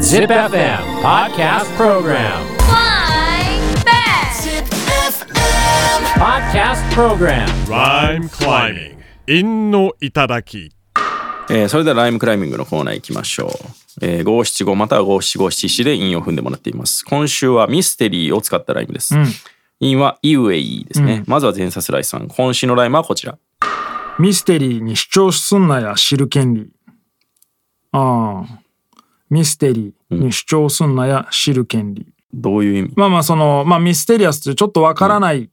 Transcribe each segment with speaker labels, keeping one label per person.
Speaker 1: Zip FM Podcast Program.
Speaker 2: Flying back.
Speaker 1: Podcast Program.
Speaker 3: Rhyme climbing. 陰の頂き。
Speaker 4: えーそれではライムクライミングのコーナー行きましょう。えー、五七五または五七五七七で韻を踏んでもらっています。今週はミステリーを使ったライムです。韻、はイウエイですね。まずは前冊ライさん。今週のライムはこちら。
Speaker 5: ミステリーに主張すんなや知る権利。ああ。ミステリーに主張すんなや知る権利。
Speaker 4: どういう意味
Speaker 5: まあまあその、まあミステリアスってちょっとわからない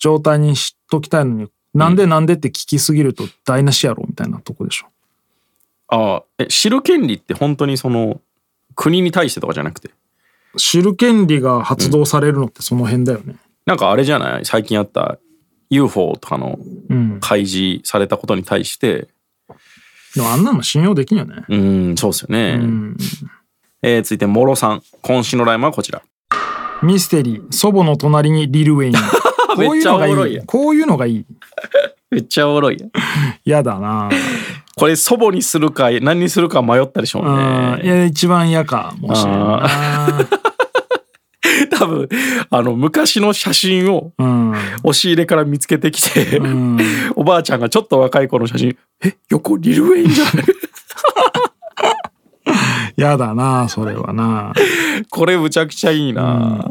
Speaker 5: 状態にしときたいのに、なんでなんでって聞きすぎると台無しやろみたいなとこでしょ。
Speaker 4: ああ、え、知る権利って本当にその国に対してとかじゃなくて。
Speaker 5: 知る権利が発動されるのってその辺だよね。
Speaker 4: なんかあれじゃない最近あった UFO とかの
Speaker 5: うん。
Speaker 4: 開示されたことに対して。
Speaker 5: でもあんなの信用できんよね。
Speaker 4: うーん、そうですよね。
Speaker 5: うん。
Speaker 4: えー続いて、モロさん。今週のライムはこちら。
Speaker 5: ミステリー、祖母の隣にリルウェイン。こ う
Speaker 4: め
Speaker 5: い
Speaker 4: っ
Speaker 5: う
Speaker 4: ちゃ
Speaker 5: の
Speaker 4: お
Speaker 5: が
Speaker 4: もろ
Speaker 5: い
Speaker 4: い
Speaker 5: い
Speaker 4: や。ん
Speaker 5: こういうのがいい。
Speaker 4: めっちゃおもろいやん。
Speaker 5: 嫌だな
Speaker 4: これ祖母にするか何にするか迷ったでしょう
Speaker 5: あい
Speaker 4: ね。
Speaker 5: や一番嫌かもしれない
Speaker 4: 多分あの昔の写真を
Speaker 5: な。うん。
Speaker 4: 押し入れから見つけてきて、
Speaker 5: ん
Speaker 4: おばあちゃんがちょっと若い頃の写真「え横リルウェインじゃない
Speaker 5: 嫌だなそれはな。
Speaker 4: これむちゃくちゃいいな、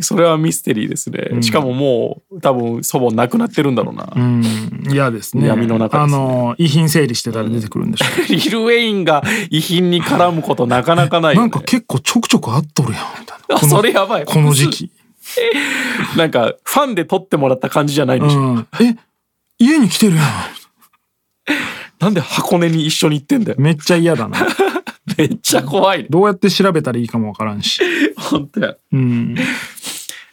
Speaker 4: それはミステリーですね、しかももう多分祖母亡くなってるんだろうな、
Speaker 5: うん嫌ですね。
Speaker 4: 闇の中
Speaker 5: あ
Speaker 4: ですね
Speaker 5: の遺品整理してたら出てくるんでしょ
Speaker 4: リルウェインが遺品に絡むことなかなかないよ、
Speaker 5: な
Speaker 4: ね、
Speaker 5: んか結構ちょくちょくあっとるやんみたいな。
Speaker 4: あ
Speaker 5: この
Speaker 4: それやばい
Speaker 5: この時期。
Speaker 4: なんかファンで撮ってもらった感じじゃないん
Speaker 5: う
Speaker 4: でしょ、
Speaker 5: ん。え家に来てるや
Speaker 4: なんで箱根に一緒に行ってんだよ
Speaker 5: ん。めっちゃ嫌だな。
Speaker 4: めっちゃ怖いね
Speaker 5: どうやって調べたらいいかもわからんし。
Speaker 4: 本当や
Speaker 5: うん。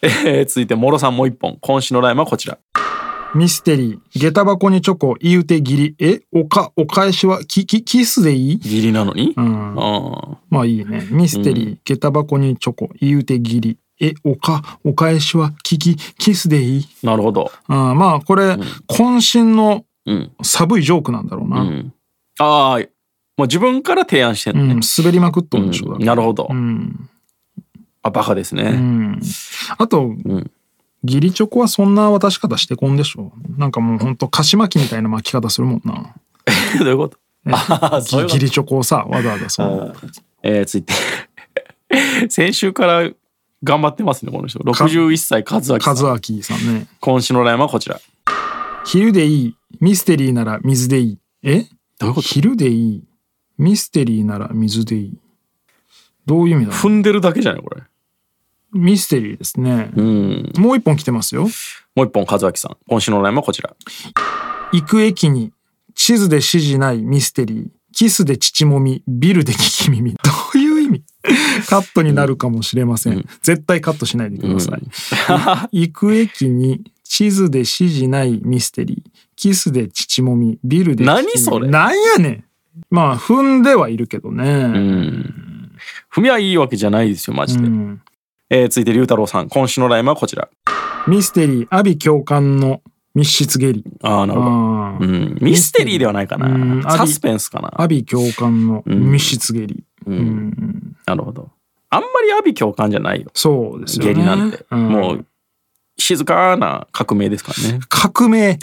Speaker 4: えー続いて、もろさんもう一本。今週のライムはこちら。
Speaker 5: ミステリー、下駄箱にチョコ、言うてぎり。えおか、お返しは、き、き、キスでいい
Speaker 4: ギリなのに
Speaker 5: う
Speaker 4: あ
Speaker 5: ん。
Speaker 4: あ。
Speaker 5: まあいいね。ミステリー、下駄箱にチョコ、言うてぎり。え、おか、お返しは、キキ、キスでいい
Speaker 4: なるほど。
Speaker 5: あーまあこれ、渾身の
Speaker 4: うん。
Speaker 5: 寒いジョークなんだろう
Speaker 4: う
Speaker 5: な。
Speaker 4: ん。ああ、もう自分から提案してん
Speaker 5: う
Speaker 4: のね。
Speaker 5: ん、滑りまくっとるんでしょう、
Speaker 4: うんなるほど
Speaker 5: う。ん。
Speaker 4: あ、バカです
Speaker 5: う
Speaker 4: ね。
Speaker 5: ん。あと、
Speaker 4: うん。
Speaker 5: ギリチョコはそんな渡し方してこんでしょう。なんかもうほんと、菓子巻きみたいな巻き方するもんな。
Speaker 4: どういうことああ、そういうこ
Speaker 5: ギ
Speaker 4: と。
Speaker 5: リチョコをさ、わざわざそう。
Speaker 4: えー、続いて。 先週から頑張ってますね、この人。61歳、和明さ
Speaker 5: 和
Speaker 4: ん。
Speaker 5: 明さんね。
Speaker 4: 今週のライムはこちら。
Speaker 5: 昼でいい、ミステリーなら水でいい。え
Speaker 4: どういうこと
Speaker 5: 昼でいい、ミステリーなら水でいい。どういう意味だろ
Speaker 4: 踏んでるだけじゃないこれ。
Speaker 5: うミステリーですね。
Speaker 4: うん。
Speaker 5: もう一本来てますよ。
Speaker 4: もう一本、和明さん。今週のライムはこちら。
Speaker 5: 行く駅に地図で指示ないミステリーキスで乳もみビルで聞き耳どういう意味カットになるかもしれません、絶対カットしないでください、い行く駅に地図で指示ないミステリーキスで乳もみビルで聞き耳
Speaker 4: 何それ
Speaker 5: なんやねんまあ踏んではいるけど
Speaker 4: う
Speaker 5: ね、
Speaker 4: ん。踏みはいいわけじゃないですよ、マジ
Speaker 5: う
Speaker 4: で。
Speaker 5: ん
Speaker 4: えー、続いて、龍太郎さん。今週のライムはこちら。
Speaker 5: ミステリー阿鼻教官の密室下痢
Speaker 4: ああ、なるほど。
Speaker 5: あ
Speaker 4: う
Speaker 5: ー
Speaker 4: ん、ミステリーではないか
Speaker 5: うん
Speaker 4: な。サスペンスかな。
Speaker 5: 阿鼻教官の密室下痢、
Speaker 4: う、
Speaker 5: うんん
Speaker 4: なるほど。あんまり阿鼻共感じゃないよ。
Speaker 5: そうですよ
Speaker 4: 下
Speaker 5: ね。
Speaker 4: 痢なんて。
Speaker 5: ん
Speaker 4: もう、静かな革命ですから ね。
Speaker 5: 革命。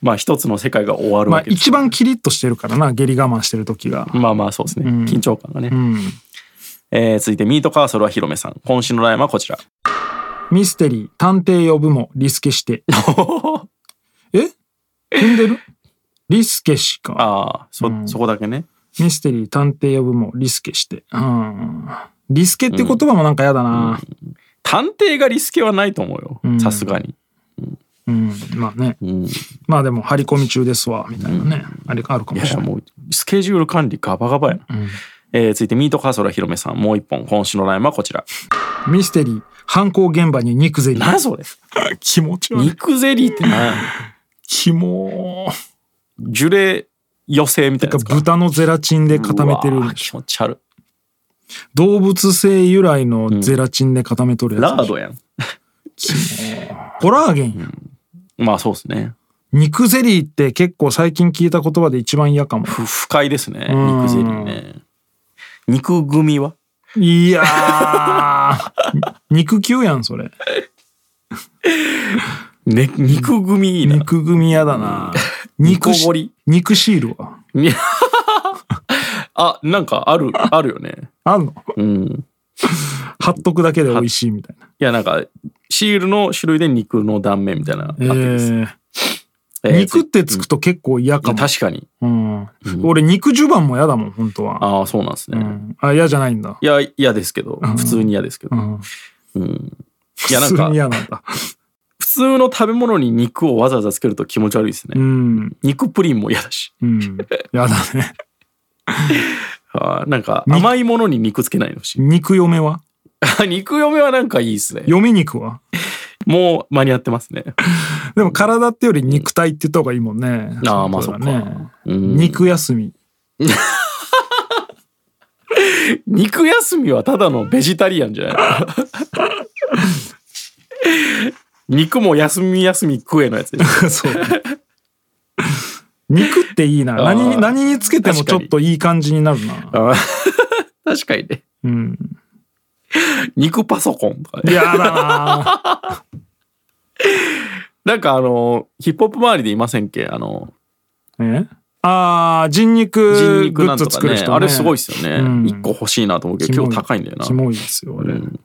Speaker 4: まあ、一つの世界が終わる
Speaker 5: まあ
Speaker 4: わけです。
Speaker 5: 一番キリッとしてるからな、下痢我慢してる時が。
Speaker 4: まあまあ、そうですね。
Speaker 5: うん
Speaker 4: 緊張感がね。
Speaker 5: うん。
Speaker 4: えー続いて、ミートカーソルは広めさん。今週のラインはこちら。
Speaker 5: ミステリー、探偵呼ぶもリスケ して。え踏んでるリスケしか。
Speaker 4: ああ、そ、
Speaker 5: うん
Speaker 4: そこだけね。
Speaker 5: ミステリー、探偵呼ぶもリスケして。うん。リスケって言葉もなんかやだな。
Speaker 4: 探偵がリスケはないと思う
Speaker 5: う
Speaker 4: よ。
Speaker 5: ん
Speaker 4: さすがに。
Speaker 5: うん。まあね。
Speaker 4: うん。い
Speaker 5: まあでも、張り込み中ですわ、みたいなね。あれがあるかも
Speaker 4: やい
Speaker 5: しれ
Speaker 4: や、
Speaker 5: ない。
Speaker 4: もう、スケジュール管理ガバガバやな。えー続いて、ミートカーソルは広めさん。もう一本。今週のラインはこち ら。
Speaker 5: ミステリー、犯行現場に肉ゼリー。
Speaker 4: 何それ
Speaker 5: 気持ち悪い。
Speaker 4: 肉ゼリーって何
Speaker 5: キモー。
Speaker 4: ジュレ寄せみたいなやつか
Speaker 5: 豚のゼラチンで固めてる
Speaker 4: うんわ
Speaker 5: でし
Speaker 4: 気
Speaker 5: ょ
Speaker 4: 持ち悪い
Speaker 5: 動物性由来のゼラチンで固めとるやつ、
Speaker 4: ラードやん
Speaker 5: コラーゲンやん
Speaker 4: まあそうですね
Speaker 5: 肉ゼリーって結構最近聞いた言葉で一番嫌かも。
Speaker 4: ふ不快ですね
Speaker 5: ん
Speaker 4: 肉ゼリーね肉組はい
Speaker 5: やー、 肉球やん、それ。
Speaker 4: ね肉組いいな
Speaker 5: 肉組嫌だな。
Speaker 4: 肉
Speaker 5: 肉
Speaker 4: ごり
Speaker 5: し、肉シールは。
Speaker 4: あなんかあるあるよね
Speaker 5: あんの
Speaker 4: うん
Speaker 5: 貼っとくだけで美味しいみたいな。
Speaker 4: いやなんかシールの種類で肉の断面みたいなのあってです、
Speaker 5: えー
Speaker 4: えー
Speaker 5: 肉ってつくと結構嫌かも。
Speaker 4: 確かに
Speaker 5: うん、俺、肉襦袢も嫌だもん、本当は。
Speaker 4: ああそうなんですね、
Speaker 5: うんあ、嫌じゃないんだ。
Speaker 4: いや嫌ですけど普通に嫌ですけど、
Speaker 5: うん、
Speaker 4: うんい
Speaker 5: 普
Speaker 4: やなん
Speaker 5: 通
Speaker 4: か
Speaker 5: に嫌なん だ。
Speaker 4: 普通の食べ物に肉をわざわざつけると気持ち悪いですね、
Speaker 5: うん、
Speaker 4: 肉プリンも嫌だし
Speaker 5: うん。嫌だね。
Speaker 4: あーなんか甘いものに肉つけないのし
Speaker 5: 肉嫁は
Speaker 4: 肉嫁はなんかいいですね
Speaker 5: 嫁肉は
Speaker 4: もう間に合ってますね
Speaker 5: でも体ってより肉体って言った方がいいもんね。
Speaker 4: ああまあそっ
Speaker 5: う
Speaker 4: か、
Speaker 5: だね。
Speaker 4: うん
Speaker 5: 肉休み。
Speaker 4: 肉休みはただのベジタリアンじゃない の肉も休み休み食えのやつでしょ
Speaker 5: そう。肉っていいな。
Speaker 4: あー
Speaker 5: 何に、何につけてもちょっといい感じになるな。
Speaker 4: あー確かにね
Speaker 5: うん。
Speaker 4: 肉パソコンとかね
Speaker 5: 嫌 だな。
Speaker 4: なんかあのヒップホップ周りでいませんっけあの
Speaker 5: えああ、人肉
Speaker 4: 人肉
Speaker 5: グ
Speaker 4: な
Speaker 5: ッ
Speaker 4: んとか
Speaker 5: ズ作
Speaker 4: ね
Speaker 5: る人、ね。
Speaker 4: あれすごいっすよね、
Speaker 5: うん
Speaker 4: 一1個欲しいなと思うけど
Speaker 5: キモい
Speaker 4: 今日高いんだよな
Speaker 5: キモいですよ、あれ。
Speaker 4: うん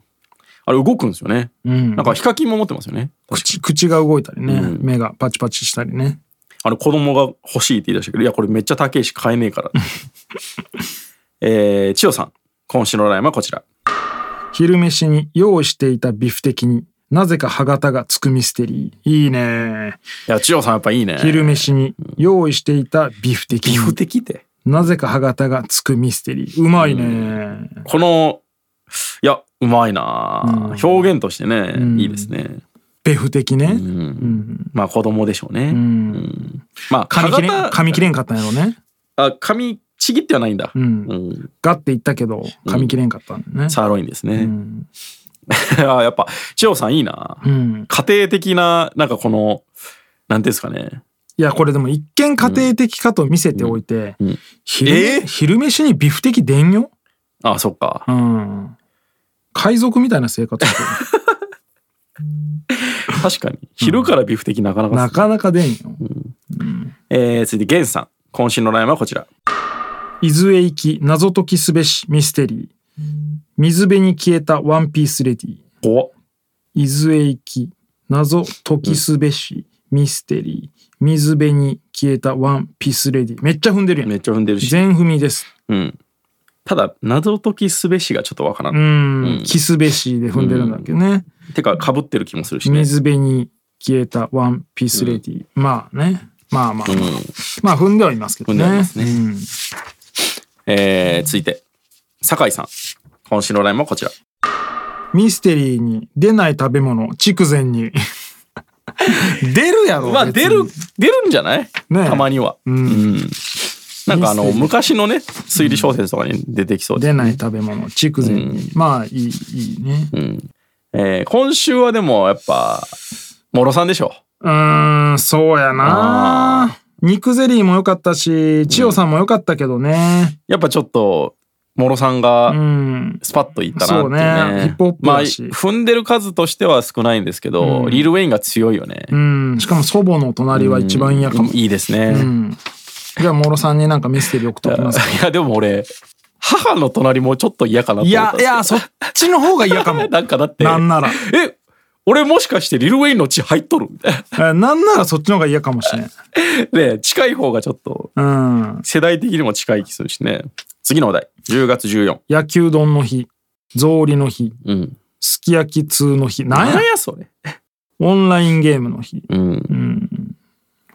Speaker 4: あれ動くんですよね、
Speaker 5: うん。
Speaker 4: なんかヒカキンも持ってますよね
Speaker 5: 口、口が動いたりね。
Speaker 4: うん
Speaker 5: 目がパチパチしたりね。
Speaker 4: あの子供が欲しいって言い出したけど、いや、これめっちゃ高いし買えねえ から。えー、千代さん、今週のラインはこちら。
Speaker 5: 昼飯に用意していたビフ的に、なぜか歯型がつくミステリー。いいね。
Speaker 4: いや、千代さんやっぱいいね。
Speaker 5: 昼飯に用意していたビフ的
Speaker 4: ギフ
Speaker 5: に、
Speaker 4: 的で。
Speaker 5: なぜか歯型がつくミステリー。うまいね。
Speaker 4: この、いや、うまいなあ、
Speaker 5: うん
Speaker 4: 表現としてね、
Speaker 5: ん
Speaker 4: いいですね。
Speaker 5: ベフ的ね。
Speaker 4: うん。
Speaker 5: うん。
Speaker 4: まあ、子供でしょうね。
Speaker 5: う
Speaker 4: うん
Speaker 5: ん。
Speaker 4: まあ、
Speaker 5: 噛み切れん、
Speaker 4: 歯型
Speaker 5: 噛み切れんかったんやろね。
Speaker 4: あ、髪ちぎってはないんだ。
Speaker 5: う
Speaker 4: うんん。
Speaker 5: ガッて言ったけど、噛み切れんかったんだよね。
Speaker 4: サーロインです
Speaker 5: う
Speaker 4: ね。
Speaker 5: ん。
Speaker 4: あやっぱ、千代さんいいな、
Speaker 5: うん。
Speaker 4: 家庭的な、なんかこの、なんていうんですかね。
Speaker 5: いや、これでも一見家庭的かと見せておいて、
Speaker 4: うんうん
Speaker 5: 昼
Speaker 4: えー
Speaker 5: 昼飯にビフ的伝よ
Speaker 4: あ、そっか。
Speaker 5: うん。海賊みたいな生活して
Speaker 4: 確かに。昼からビフ的なかなかっ
Speaker 5: る。
Speaker 4: すね
Speaker 5: なかなか伝よ。
Speaker 4: えー、続いてゲンさん今週のラインはこちら
Speaker 5: 伊豆へ行き、謎解きすべし、ミステリー。水辺に消えたワンピースレディ。
Speaker 4: 怖っ
Speaker 5: 伊豆へ行き、謎解きすべし、ミステリー。水辺に消えたワンピースレディ。めっちゃ踏んでるや
Speaker 4: め
Speaker 5: ん。
Speaker 4: っちゃ踏んでるし、
Speaker 5: 全踏みです。
Speaker 4: うん、ただ謎解きすべしがちょっとわから、
Speaker 5: うんん
Speaker 4: うん。
Speaker 5: キスべしで踏んでるんだけどね。
Speaker 4: てかかぶってる気もするしね
Speaker 5: 水辺に消えたワンピースレディ、まあねまあまあ、
Speaker 4: うん
Speaker 5: まあ踏んではいますけど
Speaker 4: 踏んで
Speaker 5: ね
Speaker 4: はいますね
Speaker 5: うん
Speaker 4: えー、続いて酒井さん今週のラインはこちら
Speaker 5: ミステリーに出ない食べ物筑 前に出るやろ
Speaker 4: まあ
Speaker 5: 別に
Speaker 4: 出る出るんじゃない、
Speaker 5: ね
Speaker 4: たまには、
Speaker 5: ん
Speaker 4: うんなんかあの
Speaker 5: ミステリー
Speaker 4: 昔のね推理小説とかに出てきそうです、
Speaker 5: 出ない食べ物筑前に、まあいいいいね
Speaker 4: うんえー今週はでもやっぱ諸さんでしょ
Speaker 5: うーんそうやな肉ゼリーも良かったし千代さんも良かったけどね
Speaker 4: やっぱちょっと諸さんが、
Speaker 5: うん、
Speaker 4: スパッといったなっていうね
Speaker 5: そうねヒップホップ
Speaker 4: まあ
Speaker 5: だし
Speaker 4: 踏んでる数としては少ないんですけど、
Speaker 5: うん
Speaker 4: リル・ウェインが強いよね、
Speaker 5: うん、しかも祖母の隣は一番嫌かも、
Speaker 4: いいですね、
Speaker 5: うん、じゃあ諸さんになんかミステリー送っときます か
Speaker 4: いやでも俺母の隣もちょっと嫌かなと
Speaker 5: い
Speaker 4: 思った
Speaker 5: や
Speaker 4: ん、
Speaker 5: い
Speaker 4: ですけど。
Speaker 5: や、そっちの方が嫌かも
Speaker 4: なん かだって
Speaker 5: なんなら。
Speaker 4: え俺もしかしてリル・ウェインの血入っとる みたい
Speaker 5: えなんならそっちの方が嫌かもしれん。
Speaker 4: なね近い方がちょっと
Speaker 5: うん。
Speaker 4: 世代的にも近い気するしね次のお題10月14
Speaker 5: 野球丼の日、草履の日、
Speaker 4: うん
Speaker 5: すき焼き通の日、なん
Speaker 4: 何
Speaker 5: や
Speaker 4: やそれ
Speaker 5: オンラインゲームの日。
Speaker 4: うん
Speaker 5: うん。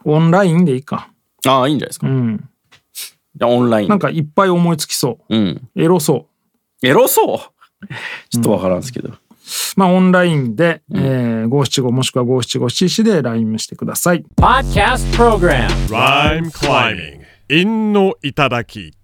Speaker 5: オンラインでいいか。
Speaker 4: ああいいんじゃないです
Speaker 5: う
Speaker 4: か、い
Speaker 5: ん。
Speaker 4: やオンライン
Speaker 5: なんかいっぱい思いつきそ
Speaker 4: うん
Speaker 5: う。エロそ
Speaker 4: エロそうちょっとわからんですけど、
Speaker 5: う。まあオンラインで、えー、575もしくは575cc で LINE してください。
Speaker 1: Podcast Program
Speaker 3: Rhyme climbing. 韻の頂き。